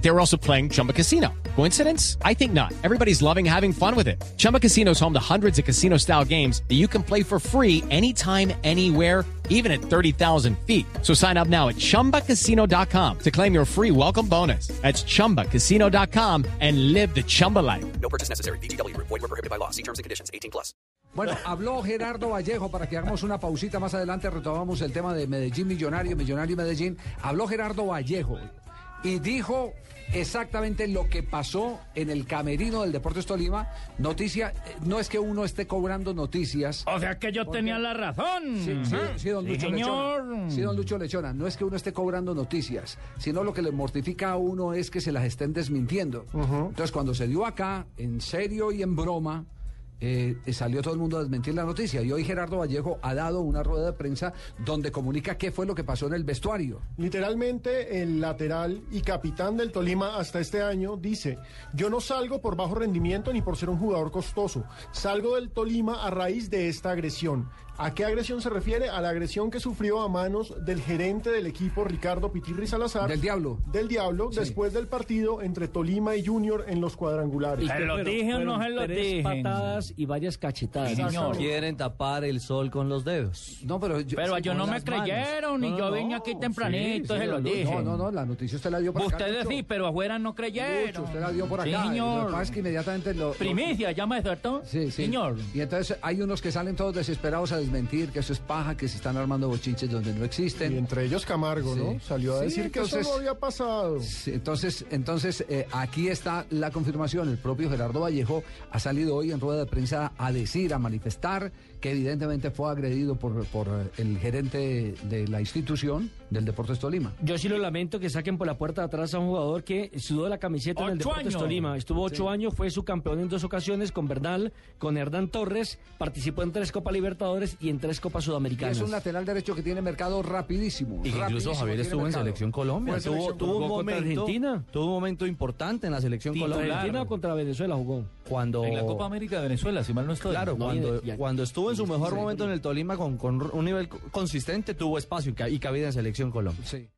They were also playing Chumba Casino. Coincidence? I think not. Everybody's loving having fun with it. Chumba Casino is home to hundreds of casino style games that you can play for free anytime, anywhere even at 30,000 feet. So sign up now at ChumbaCasino.com to claim your free welcome bonus. That's ChumbaCasino.com and live the Chumba life. No purchase necessary. BGW. Void were prohibited by law. See terms and conditions. 18 plus. Bueno, habló Gerardo Vallejo para que hagamos una pausita más adelante, retomamos el tema de Medellín Millonario, Millonario Medellín. Habló Gerardo Vallejo y dijo exactamente lo que pasó en el camerino del Deportes Tolima. Noticia, eh, no es que uno esté cobrando noticias. O sea que yo tenía la razón. Sí, sí, sí, don Sí, Lucho señor. Lechona. Sí, don Lucho Lechona. No es que uno esté cobrando noticias, sino lo que le mortifica a uno es que se las estén desmintiendo. Entonces, cuando se dio acá, en serio y en broma, eh, eh, salió todo el mundo a desmentir la noticia. Y hoy Gerardo Vallejo ha dado una rueda de prensa donde comunica qué fue lo que pasó en el vestuario. Literalmente el lateral y capitán del Tolima hasta este año dice, yo no salgo por bajo rendimiento ni por ser un jugador costoso, salgo del Tolima a raíz de esta agresión. ¿A qué agresión se refiere? A la agresión que sufrió a manos del gerente del equipo Ricardo Pitirri Salazar. Del Diablo. Del Diablo, Sí. después del partido entre Tolima y Junior en los cuadrangulares. ¿Se lo dije o no se lo dije? patadas y varias cachetadas. Señor. Quieren tapar el sol con los dedos. No, pero yo, Pero sí, yo con no me las manos. creyeron y No, yo no, vine aquí tempranito, Sí, se lo don Lucho. dije. No, no, no, la noticia usted la dio por acá. Ustedes Lucho. sí, pero afuera no Lucho, creyeron. usted la dio por Sí, acá. Lo que señor. pasa es que inmediatamente lo- lo, Primicia, ¿ya me desertó? Sí, sí. Señor. Y entonces hay unos que salen todos desesperados a desmentir que eso es paja, que se están armando bochinches donde no Y existen. entre ellos Camargo, Sí. ¿no? Salió a Sí, decir que entonces- eso no había pasado. Sí, Entonces, entonces eh, aquí está la confirmación. El propio Gerardo Vallejo ha salido hoy en rueda de prensa a decir, a manifestar que evidentemente fue agredido por, por eh, el gerente de la institución del Deportes Tolima. Yo sí lo lamento que saquen por la puerta de atrás a un jugador que sudó la camiseta en el Ocho Deportes años. Tolima. Estuvo ocho años, fue su campeón en dos ocasiones con Bernal, con Hernán Torres, participó en tres Copas Libertadores y en tres Copas Y es Sudamericanas. un lateral derecho que tiene mercado rapidísimo. Y que incluso rapidísimo Javier tiene estuvo en mercado. Selección Colombia. Fue Tuvo, selección tuvo un Colombia contra momento, Argentina. tuvo un momento importante en la selección Argentina Colombia. contra Venezuela jugó. Cuando, En la Copa América de Venezuela, si mal no estoy. claro, No, cuando, y- y- cuando estuvo en su mejor sí. momento en el Tolima con, con un nivel consistente, tuvo espacio y ca- y cabida en selección Colombia. Sí.